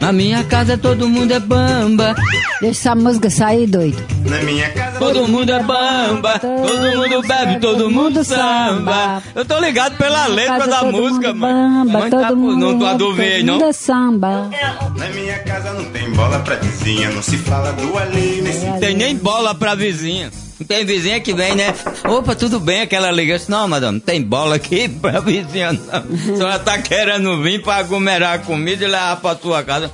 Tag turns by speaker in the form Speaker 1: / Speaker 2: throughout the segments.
Speaker 1: Na minha casa todo mundo é bamba.
Speaker 2: Deixa essa música sair, doido.
Speaker 3: Na minha casa.
Speaker 1: Todo mundo é bamba, todo mundo bebe, todo mundo samba. Eu tô ligado pela letra
Speaker 2: Casa
Speaker 1: da
Speaker 2: todo
Speaker 1: música,
Speaker 2: mundo
Speaker 1: mano.
Speaker 2: Bamba,
Speaker 1: Mas
Speaker 2: todo
Speaker 1: tá, pô,
Speaker 2: mundo,
Speaker 1: não tô
Speaker 2: todo
Speaker 1: aduvei, não.
Speaker 2: mundo é samba.
Speaker 3: Na minha casa não tem bola pra vizinha. Não se fala do alheio nesse.
Speaker 2: É.
Speaker 1: Tem nem bola pra vizinha. Não tem vizinha que vem, né? Opa, tudo bem? Aquela liga. Eu disse, Não, madame, não tem bola aqui pra vizinha, não. Só ela tá querendo vir pra aglomerar a comida e levar pra sua casa.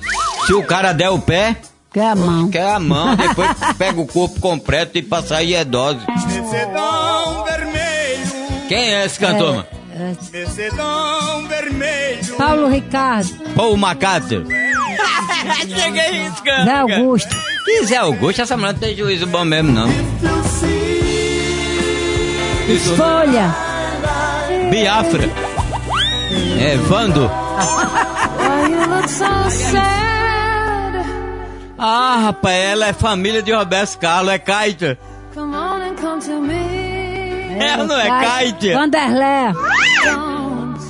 Speaker 1: Se o cara der o pé,
Speaker 2: Que é a mão.
Speaker 1: quer a mão, depois pega o corpo completo e passa aí é dose.
Speaker 3: Becedão vermelho.
Speaker 1: Quem é esse cantor, mano?
Speaker 2: É,
Speaker 3: Becedão vermelho.
Speaker 2: é. Paulo Ricardo,
Speaker 1: Paul McCartney. Cheguei riscando.
Speaker 2: Zé
Speaker 1: cara.
Speaker 2: né, Augusto.
Speaker 1: Que Zé Augusto, essa mulher não tem juízo bom mesmo, não.
Speaker 2: Folha.
Speaker 1: Biafra. É, Vando. Ah, rapaz, ela é família de Roberto Carlos, é Kaita.
Speaker 4: Come on and come to me.
Speaker 1: Ela não é Kaita.
Speaker 2: Vanderlé,
Speaker 4: Don't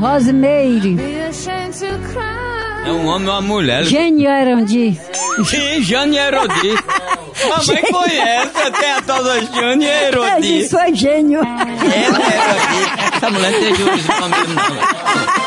Speaker 2: Rosemeire,
Speaker 4: be ashamed to cry.
Speaker 1: É um homem e uma mulher.
Speaker 2: Gênio Arandi.
Speaker 1: Que Jane Herodi. Mamãe conhece até a tal da Jane é
Speaker 2: Eu
Speaker 1: Herodi.
Speaker 2: disse, É, foi gênio.
Speaker 1: Ela é Herodi. Essa mulher não tem juízo bom mesmo, não.